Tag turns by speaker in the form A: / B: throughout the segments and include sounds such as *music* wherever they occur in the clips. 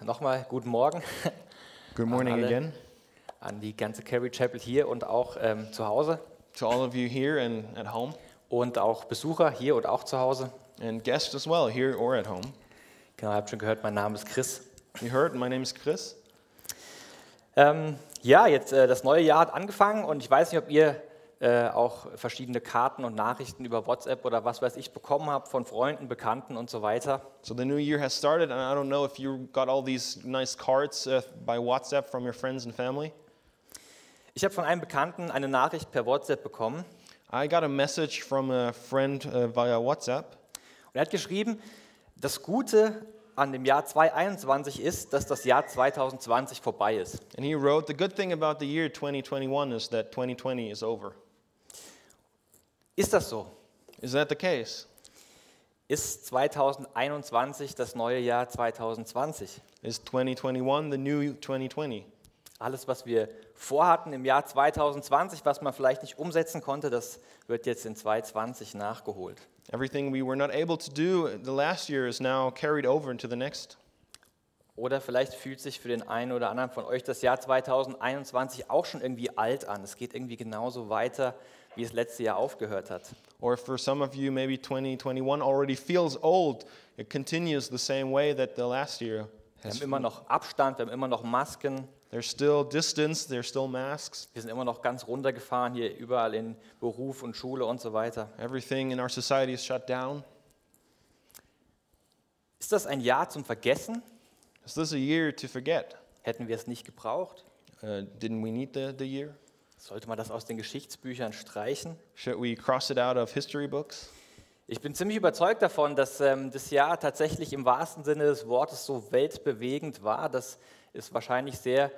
A: nochmal guten Morgen *laughs*
B: Good morning
A: alle.
B: again
A: an die ganze Carey Chapel hier und auch ähm, zu Hause
B: to all of you here and at home,
A: und auch Besucher hier und auch zu Hause.
B: and guests as well, here or at home.
A: Genau, ihr habt schon gehört, mein Name ist Chris.
B: You heard, my name is Chris.
A: Ähm, ja, jetzt äh, das neue Jahr hat angefangen und ich weiß nicht, ob ihr äh, auch verschiedene Karten und Nachrichten über WhatsApp oder was weiß ich bekommen habt von Freunden, Bekannten und so weiter.
B: So the new year has started, and I don't know if you got all these nice cards uh, by WhatsApp from your friends and family.
A: Ich habe von einem Bekannten eine Nachricht per WhatsApp bekommen
B: I got a message from a friend uh, via WhatsApp.
A: und er hat geschrieben, das Gute an dem Jahr 2021 ist, dass das Jahr 2020 vorbei ist.
B: And he wrote, The good thing about the year 2021 is that 2020 is over.
A: Ist das so?
B: Is that the case?
A: Ist 2021 das neue Jahr 2020?
B: Is 2021 the new 2020?
A: Alles, was wir vorhatten im Jahr 2020, was man vielleicht nicht umsetzen konnte, das wird jetzt in 2020 nachgeholt.
B: Everything we were not able to do the last year is now carried over into the next.
A: Oder vielleicht fühlt sich für den einen oder anderen von euch das Jahr 2021 auch schon irgendwie alt an. Es geht irgendwie genauso weiter, wie es letzte Jahr aufgehört hat.
B: Or for some of you, maybe 2021 already feels old. It continues the same way that the last year
A: Wir
B: has.
A: haben immer noch Abstand, wir haben immer noch Masken,
B: There's still distance, there's still masks.
A: wir sind immer noch ganz runtergefahren hier überall in Beruf und Schule und so weiter.
B: Everything in our society is shut down.
A: Ist das ein Jahr zum Vergessen?
B: Is this a year to forget?
A: Hätten wir es nicht gebraucht?
B: Uh, didn't we need the, the year?
A: Sollte man das aus den Geschichtsbüchern streichen?
B: Should we cross it out of history books?
A: Ich bin ziemlich überzeugt davon, dass ähm, das Jahr tatsächlich im wahrsten Sinne des Wortes so weltbewegend war, dass es wahrscheinlich sehr,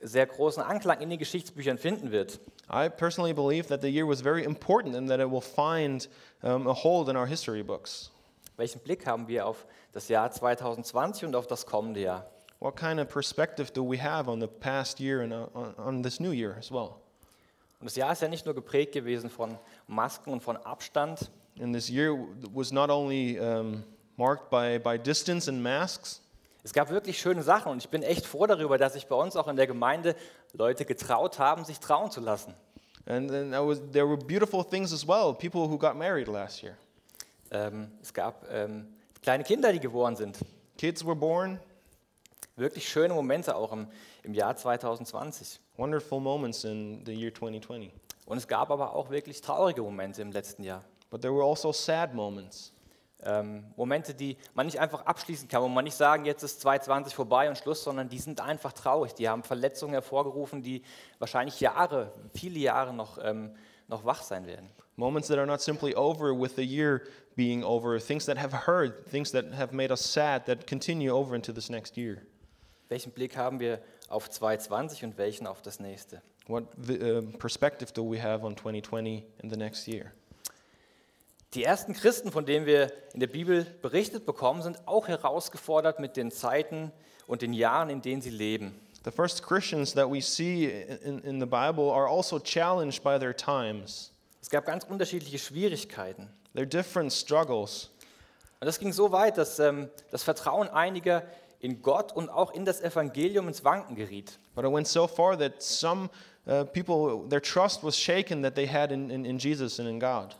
A: sehr großen Anklang in den Geschichtsbüchern finden wird.
B: I personally believe that the year was very important and that it will find um, a hold in our history books.
A: Welchen Blick haben wir auf das Jahr 2020 und auf das kommende Jahr?
B: What kind of perspective do we have on the past year and uh, on, on this new year as well?
A: Und das Jahr ist ja nicht nur geprägt gewesen von Masken und von Abstand,
B: And this year w- was not only um, marked by, by distance and masks,
A: Es gab wirklich schöne Sachen und ich bin echt froh darüber, dass sich bei uns auch in der Gemeinde Leute getraut haben, sich trauen zu lassen.
B: and then that was, there were beautiful things as well. People who got married last year,
A: Ähm, es gab ähm, kleine Kinder, die geboren sind.
B: kids were born,
A: Wirklich schöne Momente auch im, im Jahr 2020.
B: wonderful moments in the year 2020.
A: Und es gab aber auch wirklich traurige Momente im letzten Jahr.
B: But there were also sad moments,
A: Ähm, Momente, die man nicht einfach abschließen kann, wo man nicht sagen, jetzt ist 2020 vorbei und Schluss, sondern die sind einfach traurig. Die haben Verletzungen hervorgerufen, die wahrscheinlich Jahre, viele Jahre noch, ähm, noch wach sein werden.
B: moments that are not simply over with the year being over, things that have hurt, things that have made us sad that continue over into this next year.
A: Welchen Blick haben wir auf 2020 und welchen auf das nächste?
B: What vi- um perspective do we have on 2020 and the next year?
A: Die ersten Christen, von denen wir in der Bibel berichtet bekommen, sind auch herausgefordert mit den Zeiten und den Jahren, in denen sie leben.
B: The first Christians that we see in, in the Bible are also challenged by their times,
A: Es gab ganz unterschiedliche Schwierigkeiten.
B: their different struggles.
A: Und das ging so weit, dass ähm, das Vertrauen einiger in Gott und auch in das Evangelium ins Wanken geriet.
B: But it went so far that some uh, people, their trust was shaken that they had in, in, in Jesus and in God.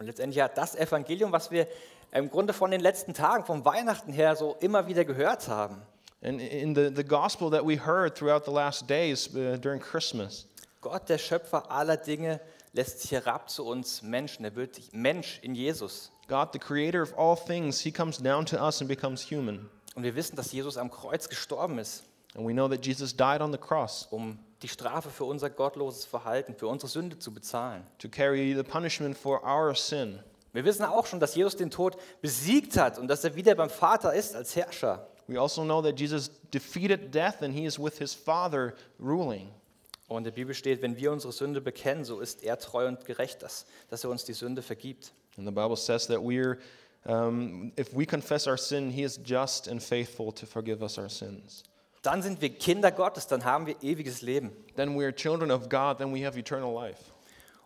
A: Und letztendlich hat das Evangelium, was wir im Grunde von den letzten Tagen, vom Weihnachten her so immer wieder gehört haben,
B: And in the, the gospel that we heard throughout the last days uh, during Christmas,
A: Gott, der Schöpfer aller Dinge, lässt sich herab zu uns Menschen. Er wird Mensch in Jesus.
B: God, the creator of all things, he comes down to us and becomes human.
A: Und wir wissen, dass Jesus am Kreuz gestorben ist,
B: And we know that Jesus died on the cross
A: um die Strafe für unser gottloses Verhalten, für unsere Sünde zu bezahlen.
B: to carry the punishment for our sin.
A: Wir wissen auch schon, dass Jesus den Tod besiegt hat und dass er wieder beim Vater ist als Herrscher.
B: We also know that Jesus defeated death and he is with his Father ruling.
A: Und in der Bibel steht, wenn wir unsere Sünde bekennen, so ist er treu und gerecht, dass, dass er uns die Sünde vergibt.
B: And the Bible says that we're, um, if we confess our sin, he is just and faithful to forgive us our sins.
A: Dann sind wir Kinder Gottes, dann haben wir ewiges Leben.
B: Then we are children of God, then we have eternal life.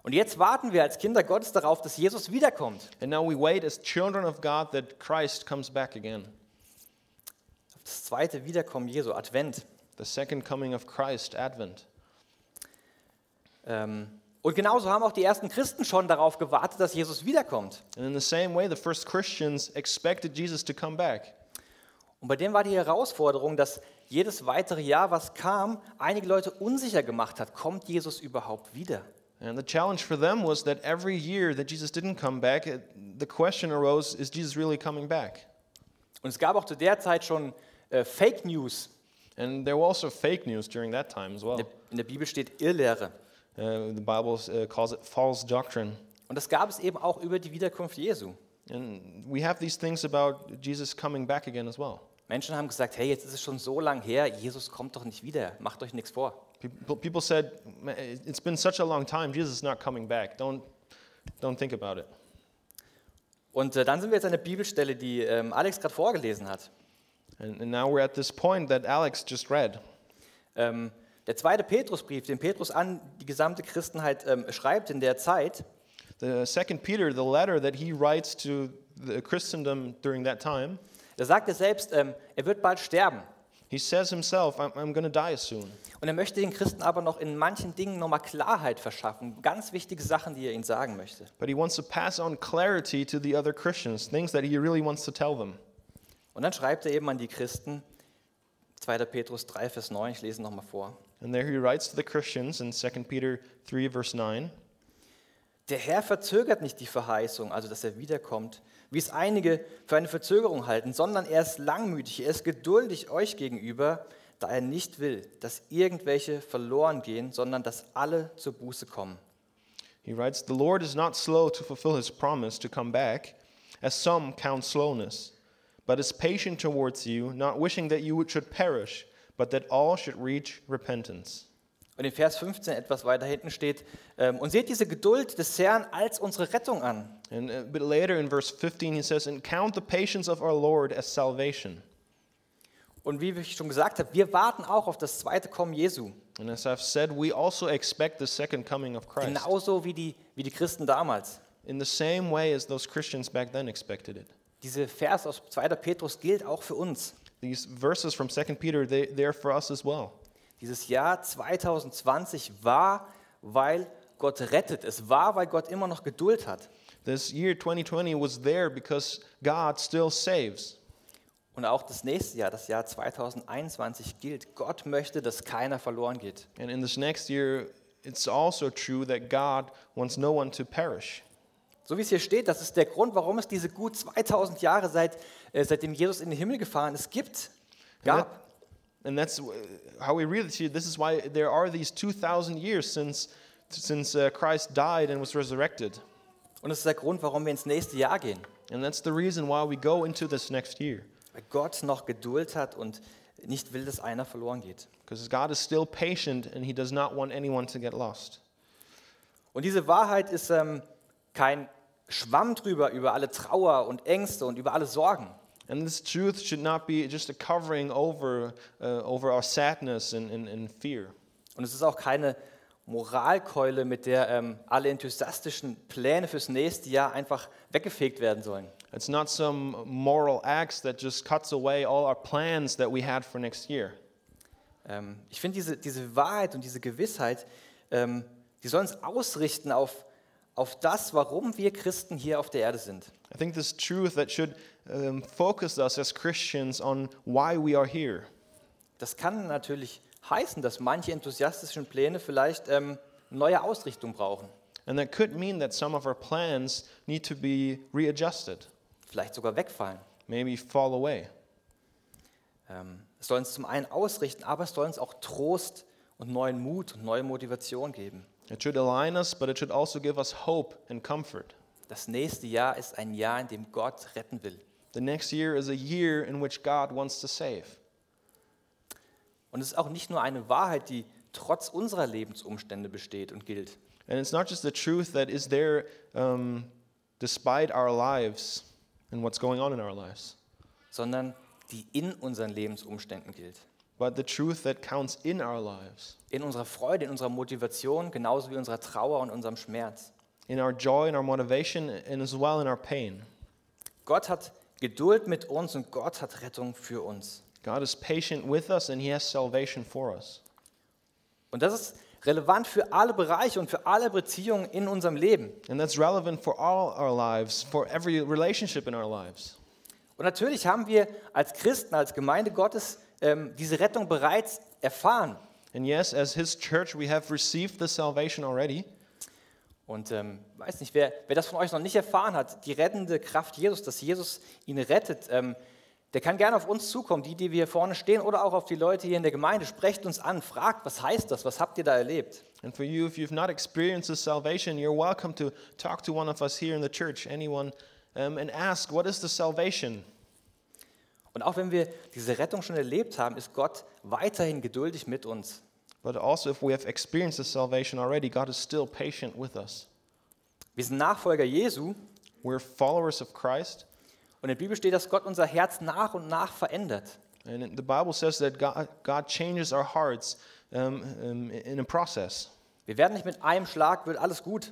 A: Und jetzt warten wir als Kinder Gottes darauf, dass Jesus wiederkommt.
B: And now we wait as children of God that Christ comes back again.
A: Auf Das zweite Wiederkommen Jesu, Advent.
B: the second coming of Christ, Advent.
A: Ähm, und genauso haben auch die ersten Christen schon darauf gewartet, dass Jesus wiederkommt.
B: And in the same way, the first Christians expected Jesus to come back.
A: Und bei dem war die Herausforderung, dass jedes weitere Jahr, was kam, einige Leute unsicher gemacht hat, kommt Jesus überhaupt wieder?
B: And the challenge for them was that every year that Jesus didn't come back, it- the question arose is Jesus really coming back?
A: Und es gab auch zu der Zeit schon äh, Fake News.
B: And there were also fake news during that time as well.
A: In der, in der Bibel steht Irrlehre.
B: Uh, the Bible uh, calls it false doctrine.
A: Und das gab es eben auch über die Wiederkunft Jesu.
B: And we have these things about Jesus coming back again as well.
A: Menschen haben gesagt, hey, jetzt ist es schon so lang her, Jesus kommt doch nicht wieder, macht euch nichts vor.
B: People, people said, "Ma- it's been such a long time, Jesus is not coming back. Don't, don't think about it.
A: Und äh, dann sind wir jetzt an der Bibelstelle, die ähm, Alex gerade vorgelesen hat.
B: And, and now we're at this point that Alex just read.
A: Ähm, der zweite Petrusbrief, den Petrus an die gesamte Christenheit ähm, schreibt in der Zeit,
B: The second Peter, the letter that he writes to the Christendom during that time,
A: da sagt er selbst, ähm, er wird bald sterben.
B: he says himself, I'm, I'm going to die soon.
A: Und er möchte den Christen aber noch in manchen Dingen nochmal Klarheit verschaffen. Ganz wichtige Sachen, die er ihnen sagen möchte.
B: But he wants to pass on clarity to the other Christians, things that he really wants to tell them.
A: Und dann schreibt er eben an die Christen, 2. Petrus 3, Vers 9, ich lese nochmal vor.
B: And there he writes to the Christians in 2 Peter 3, verse 9.
A: Der Herr verzögert nicht die Verheißung, also dass er wiederkommt, wie es einige für eine Verzögerung halten, sondern er ist langmütig, er ist geduldig euch gegenüber, da er nicht will, dass irgendwelche verloren gehen, sondern dass alle zur Buße kommen.
B: He writes, The Lord is not slow to fulfill his promise to come back, as some count slowness, but is patient towards you, not wishing that you would- should perish, but that all should reach repentance.
A: Und in Vers 15 etwas weiter hinten steht, ähm, und seht diese Geduld des Herrn als unsere Rettung an.
B: And a bit later in verse 15, he says, And count the patience of our Lord as salvation.
A: Und wie ich schon gesagt habe, wir warten auch auf das zweite Kommen Jesu.
B: And as I've said, we also expect the second coming of Christ
A: Genauso wie die, wie die Christen damals.
B: in the same way as those Christians back then expected it.
A: Diese Vers aus 2. Petrus gilt auch für uns.
B: These verses from 2 Peter, they, they're for us as well.
A: Dieses Jahr 2020 war, weil Gott rettet. Es war, weil Gott immer noch Geduld hat.
B: This year 2020 was there because God still saves.
A: Und auch das nächste Jahr, das Jahr 2021, gilt. Gott möchte, dass keiner verloren geht.
B: And in this next year, it's also true that God wants no one to perish.
A: So wie es hier steht, das ist der Grund, warum es diese gut 2000 Jahre seit, äh, seitdem Jesus in den Himmel gefahren ist, gibt.
B: And,
A: Gab.
B: that- and that's uh, how we read it here. This is why there are these 2,000 years since, since uh, Christ died and was resurrected.
A: Und das ist der Grund, warum wir ins nächste Jahr gehen.
B: And that's the reason why we go into this next year,
A: Weil Gott noch Geduld hat und nicht will, dass einer verloren geht.
B: because God is still patient and He does not want anyone to get lost.
A: Und diese Wahrheit ist ähm, kein Schwamm drüber, über alle Trauer und Ängste und über alle Sorgen,
B: And this truth should not be just a covering over, uh, over our sadness and, and, and fear.
A: Und es ist auch keine Moralkeule, mit der ähm, alle enthusiastischen Pläne fürs nächste Jahr einfach weggefegt werden sollen.
B: It's not some moral axe that just cuts away all our plans that we had for next year.
A: Ähm, ich finde, diese, diese Wahrheit und diese Gewissheit, ähm, die soll uns ausrichten auf, auf das, warum wir Christen hier auf der Erde sind.
B: I think this truth that should um, focus us as Christians on why we are here.
A: Das kann natürlich heißen, dass manche enthusiastischen Pläne vielleicht ähm, eine neue Ausrichtung brauchen,
B: And that could mean that some of our plans need to be readjusted,
A: vielleicht sogar wegfallen.
B: maybe fall away.
A: Ähm, es soll uns zum einen ausrichten, aber es soll uns auch Trost und neuen Mut und neue Motivation geben.
B: It should align us, but it should also give us hope and comfort.
A: Das nächste Jahr ist ein Jahr, in dem Gott retten will.
B: The next year is a year in which God wants to save.
A: Und es ist auch nicht nur eine Wahrheit, die trotz unserer Lebensumstände besteht und gilt.
B: And it's not just the truth that is there um, despite our lives and what's going on in our lives,
A: sondern die in unseren Lebensumständen gilt.
B: but the truth that counts in our lives,
A: In unserer Freude, in unserer Motivation, genauso wie unserer Trauer und unserem Schmerz.
B: in our joy and our motivation, and as well in our pain.
A: Gott hat Geduld mit uns und Gott hat Rettung für uns.
B: God is patient with us and He has salvation for us.
A: Und das ist relevant für alle Bereiche und für alle Beziehungen in unserem Leben.
B: And that's relevant for all our lives, for every relationship in our lives.
A: Und natürlich haben wir als Christen, als Gemeinde Gottes ähm, diese Rettung bereits erfahren.
B: And yes, as His church, we have received the salvation already.
A: Und ähm, weiß nicht, wer, wer das von euch noch nicht erfahren hat, die rettende Kraft Jesus, dass Jesus ihn rettet, ähm, der kann gerne auf uns zukommen, die, die wir hier vorne stehen oder auch auf die Leute hier in der Gemeinde. Sprecht uns an, fragt, was heißt das, was habt ihr da erlebt?
B: And for you, if you've not experienced this salvation, you're welcome to talk to one of us here in the church, anyone, um, and ask, What is the salvation?
A: Und auch wenn wir diese Rettung schon erlebt haben, ist Gott weiterhin geduldig mit uns.
B: But also, if we have experienced the salvation already, God is still patient with us.
A: Wir sind Nachfolger Jesu
B: We're followers of Christ,
A: und in der Bibel steht, dass Gott unser Herz nach und nach verändert.
B: and the Bible says that God, God changes our hearts um, um, in a process.
A: Wir werden nicht mit einem Schlag, wird alles gut.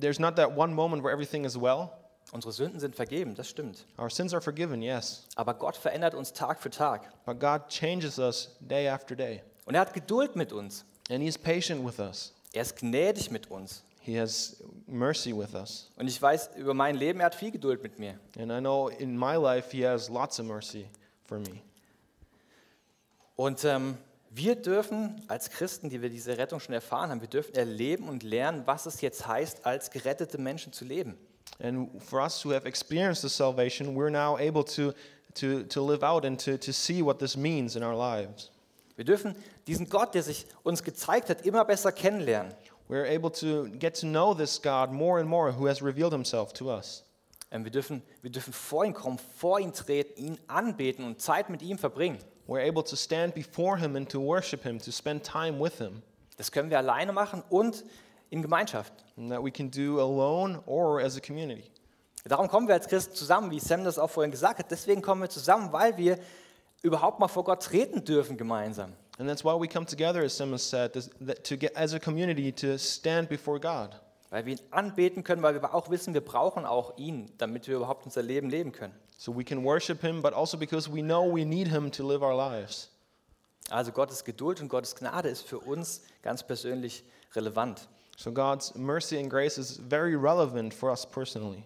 B: There's not that one moment where everything is well.
A: Unsere Sünden sind vergeben, das stimmt.
B: Our sins are forgiven, yes,
A: Aber Gott verändert uns Tag für Tag.
B: but God changes us day after day,
A: Und er hat Geduld mit uns.
B: and He's patient with us.
A: Er ist gnädig mit uns.
B: He has mercy with us.
A: Und ich weiß über mein Leben, er hat viel Geduld mit mir.
B: And I know in my life, He has lots of mercy for me.
A: Und ähm, wir dürfen als Christen, die wir diese Rettung schon erfahren haben, wir dürfen erleben und lernen, was es jetzt heißt, als gerettete Menschen zu leben.
B: And for us who have experienced the salvation, we're now able to, to, to live out and to, to see what this means in our lives.
A: Wir dürfen diesen Gott, der sich uns gezeigt hat, immer besser kennenlernen.
B: We're able to get to know this God more and more who has revealed Himself to us.
A: Ähm, wir, dürfen, wir dürfen vor ihn kommen, vor ihn treten, ihn anbeten und Zeit mit ihm verbringen.
B: We're able to stand before Him and to worship Him, to spend time with Him,
A: Das können wir alleine machen und in Gemeinschaft.
B: and that we can do alone or as a community.
A: Darum kommen wir als Christen zusammen, wie Sam das auch vorhin gesagt hat. Deswegen kommen wir zusammen, weil wir überhaupt mal vor Gott treten dürfen gemeinsam.
B: And that's why we come together, as Simon said, this- that to get, as a community to stand before God.
A: Weil wir ihn anbeten können, weil wir aber auch wissen, wir brauchen auch ihn, damit wir überhaupt unser Leben leben können.
B: So we can worship Him, but also because we know we need Him to live our lives.
A: Also Gottes Geduld und Gottes Gnade ist für uns ganz persönlich relevant.
B: So God's mercy and grace is very relevant for us personally.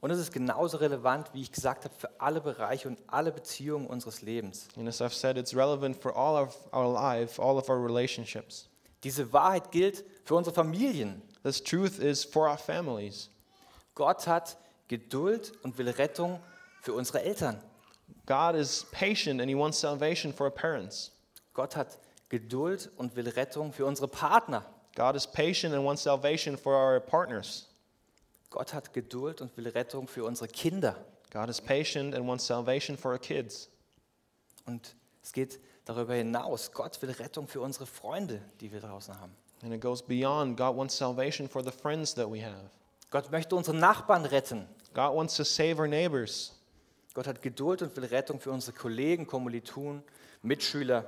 A: Und es ist genauso relevant, wie ich gesagt habe, für alle Bereiche und alle Beziehungen unseres Lebens.
B: And as I've said, it's relevant for all of our life, all of our relationships.
A: Diese Wahrheit gilt für unsere Familien.
B: This truth is for our families.
A: Gott hat Geduld und will Rettung für unsere Eltern.
B: God is patient and He wants salvation for our parents.
A: Gott hat Geduld und will Rettung für unsere Partner.
B: God is patient and wants salvation for our partners.
A: Gott hat Geduld und will Rettung für unsere Kinder.
B: God is patient and wants salvation for our kids.
A: Und es geht darüber hinaus. Gott will Rettung für unsere Freunde, die wir draußen haben.
B: And it goes beyond. God wants salvation for the friends that we have.
A: Gott möchte unsere Nachbarn retten.
B: God wants to save our neighbors.
A: Gott hat Geduld und will Rettung für unsere Kollegen, Kommilitonen, Mitschüler.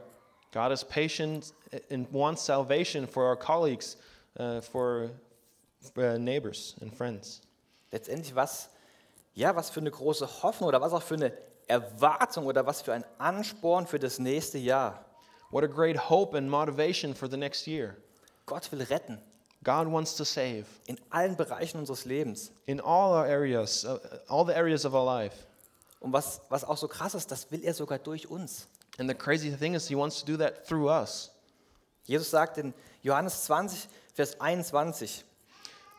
B: God is patient and wants salvation for our colleagues, uh, for uh, neighbors and friends.
A: Letztendlich was, ja, was für eine große Hoffnung oder was auch für eine Erwartung oder was für ein Ansporn für das nächste Jahr.
B: What a great hope and motivation for the next year.
A: Gott will retten
B: God wants to save
A: in allen Bereichen unseres Lebens.
B: in all our areas, uh, all the areas of our life.
A: Und was, was auch so krass ist, das will er sogar durch uns.
B: And the crazy thing is, He wants to do that through us.
A: Jesus sagt in Johannes 20, Vers 21,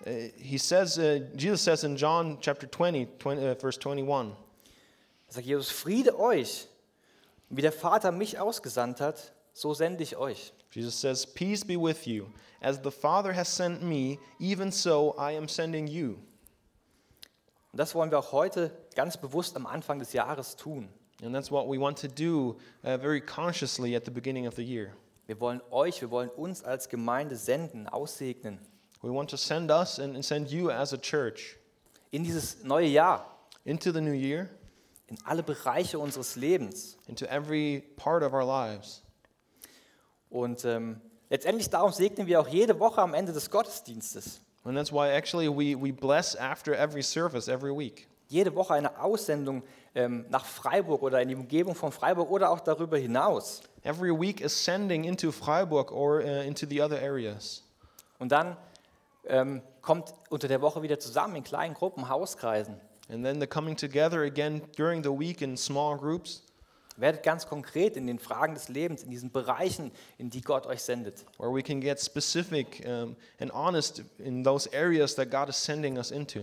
B: Uh, he says, uh, Jesus says in John chapter 20, 20 uh, verse 21.
A: da sagt Jesus, Friede euch. Wie der Vater mich ausgesandt hat, so sende ich euch.
B: Jesus says, Peace be with you. As the Father has sent me, even so I am sending you.
A: Und das wollen wir auch heute ganz bewusst am Anfang des Jahres tun.
B: And that's what we want to do uh, very consciously at the beginning of the year.
A: Wir wollen euch, wir wollen uns als Gemeinde senden, aussegnen
B: We want to send us and, and send you as a church
A: in dieses neue Jahr,
B: into the new year,
A: in alle Bereiche unseres Lebens.
B: into every part of our lives.
A: Und ähm, letztendlich darum segnen wir auch jede Woche am Ende des Gottesdienstes.
B: And that's why actually we, we bless after every service every week.
A: jede Woche eine Aussendung ähm, nach Freiburg oder in die Umgebung von Freiburg oder auch darüber hinaus.
B: Every week is sending into Freiburg or uh, into the other areas.
A: Und dann ähm, kommt unter der Woche wieder zusammen in kleinen Gruppen, Hauskreisen.
B: And then the coming together again during the week in small groups
A: Werdet ganz konkret in den Fragen des Lebens, in diesen Bereichen, in die Gott euch sendet.
B: where we can get specific um, and honest in those areas that God is sending us into.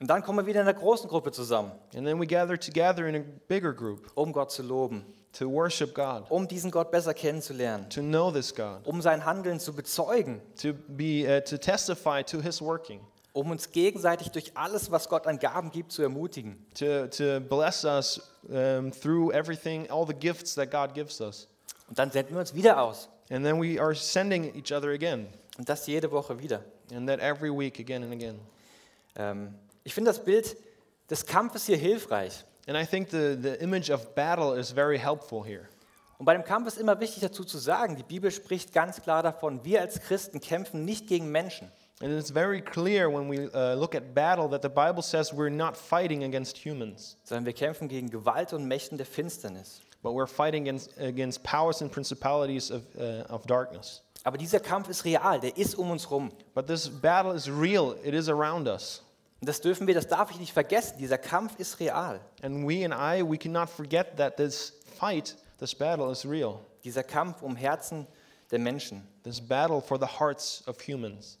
A: Und dann kommen wir wieder in einer großen Gruppe zusammen,
B: And then we gather together in a bigger group
A: um Gott zu loben,
B: to worship God,
A: um diesen Gott besser kennenzulernen,
B: to know this God,
A: um sein Handeln zu bezeugen,
B: to be uh, to testify to his working,
A: um uns gegenseitig durch alles, was Gott an Gaben gibt, zu ermutigen.
B: to to bless us um, through everything, all the gifts that God gives us.
A: Und dann senden wir uns wieder aus.
B: And then we are sending each other again,
A: Und das jede Woche wieder.
B: and that every week again and again.
A: Ähm, ich finde das Bild des Kampfes hier hilfreich.
B: And I think the, the image of battle is very helpful here.
A: Und bei dem Kampf ist immer wichtig dazu zu sagen, die Bibel spricht ganz klar davon, wir als Christen kämpfen nicht gegen Menschen.
B: And it's very clear when we uh, look at battle that the Bible says we're not fighting against humans,
A: sondern wir kämpfen gegen Gewalt und Mächten der Finsternis.
B: but we're fighting against, against powers and principalities of, uh, of darkness.
A: Aber dieser Kampf ist real, der ist um uns rum.
B: But this battle is real, it is around us.
A: Und das dürfen wir, das darf ich nicht vergessen, dieser Kampf ist real.
B: And we and I, we cannot forget that this fight, this battle is real.
A: Dieser Kampf um Herzen der Menschen.
B: This battle for the hearts of humans.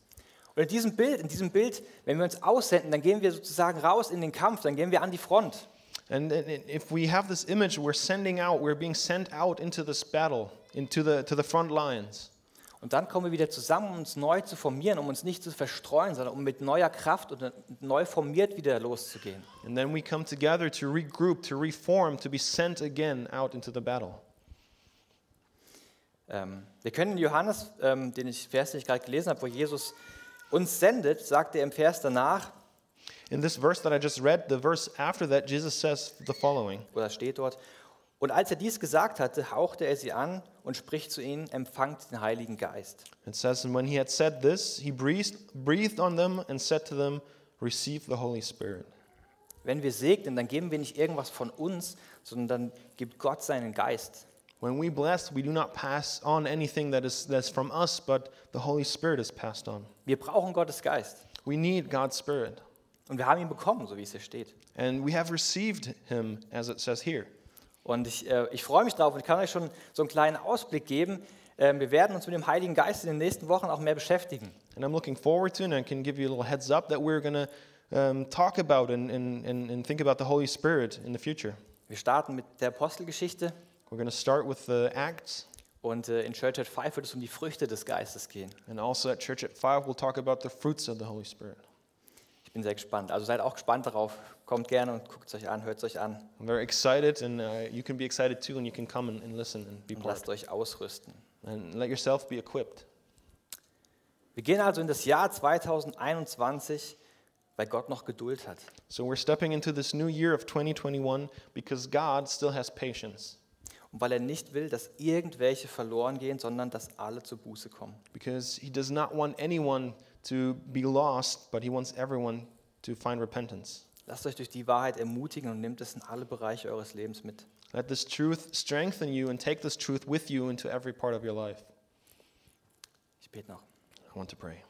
A: Und in diesem Bild, in diesem Bild, wenn wir uns aussenden, dann gehen wir sozusagen raus in den Kampf, dann gehen wir an die Front.
B: And i- i- if we have this image, we're sending out, we're being sent out into this battle, into the, to the front lines.
A: Und dann kommen wir wieder zusammen, um uns neu zu formieren, um uns nicht zu verstreuen, sondern um mit neuer Kraft und neu formiert wieder loszugehen.
B: And then we come together to regroup, to reform, to be sent again out into the battle.
A: Ähm, wir können in Johannes, ähm, den ich Vers, den ich gerade gelesen habe, wo Jesus uns sendet, sagt er im Vers danach,
B: In this verse that I just read, the verse after that, Jesus says the following
A: oder steht dort. Und als er dies gesagt hatte, hauchte er sie an und spricht zu ihnen: Empfangt den Heiligen Geist.
B: It says, And when he had said this, he breathed, breathed on them and said to them, Receive the Holy Spirit.
A: Wenn wir segnen, dann geben wir nicht irgendwas von uns, sondern dann gibt Gott seinen Geist.
B: When we bless, we do not pass on anything that is that's from us, but the Holy Spirit is passed on.
A: Wir brauchen Gottes Geist.
B: We need God's Spirit,
A: Und wir haben ihn bekommen, so wie es hier steht.
B: and we have received him, as it says here.
A: Und ich, äh, ich freue mich drauf und ich kann euch schon so einen kleinen Ausblick geben. Ähm, wir werden uns mit dem Heiligen Geist in den nächsten Wochen auch mehr beschäftigen.
B: And I'm looking forward to, and I can give you a little heads up that we're going to um, talk about and, and, and, and think about the Holy Spirit in the future.
A: Wir starten mit der Apostelgeschichte
B: We're going to start with the Acts,
A: und äh, in Church at Five wird es um die Früchte des Geistes gehen.
B: and also at Church at 5, we'll talk about the fruits of the Holy Spirit.
A: Ich bin sehr gespannt. Also seid auch gespannt darauf. Kommt gerne und guckt es euch an, hört es euch an
B: I'm very excited, and uh, you can be excited too, and you can come and, and listen and be
A: und
B: part.
A: lasst euch ausrüsten.
B: And let yourself be equipped.
A: Wir gehen also in das Jahr 2021, weil Gott noch Geduld hat.
B: So we're stepping into this new year of 2021 because God still has patience,
A: Und weil er nicht will, dass irgendwelche verloren gehen, sondern dass alle zur Buße kommen.
B: because He does not want anyone to be lost, but He wants everyone to find repentance.
A: Lasst euch durch die Wahrheit ermutigen und nehmt es in alle Bereiche eures Lebens mit.
B: Let this truth strengthen you and take this truth with you into every part of your life.
A: Ich bete noch.
B: I want to pray.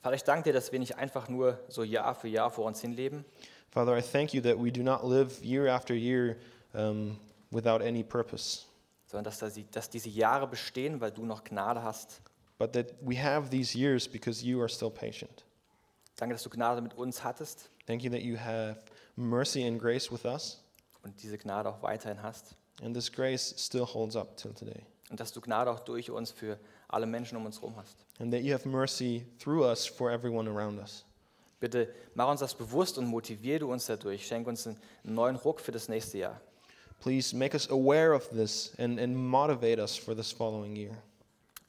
A: Vater, ich danke dir, dass wir nicht einfach nur so Jahr für Jahr vor uns hinleben,
B: Father, I thank you that we do not live year after year um, without any purpose,
A: sondern dass, da sie, dass diese Jahre bestehen, weil du noch Gnade hast.
B: but that we have these years because you are still patient.
A: Danke, dass du Gnade mit uns hattest
B: Thank you that you have mercy and grace with us,
A: und diese Gnade auch weiterhin hast.
B: and this grace still holds up till today.
A: Und dass du Gnade auch durch uns für alle Menschen um uns herum hast.
B: and that you have mercy through us for everyone around us.
A: Bitte mach uns das bewusst und motivier du uns dadurch. Schenk uns einen neuen Ruck für das nächste Jahr.
B: Please make us aware of this and, and motivate us for this following year.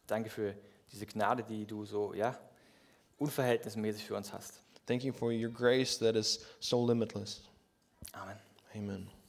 A: Danke für diese Gnade, die du so ja, unverhältnismäßig für uns hast.
B: Thank you for your grace that is so limitless.
A: Amen.
B: Amen.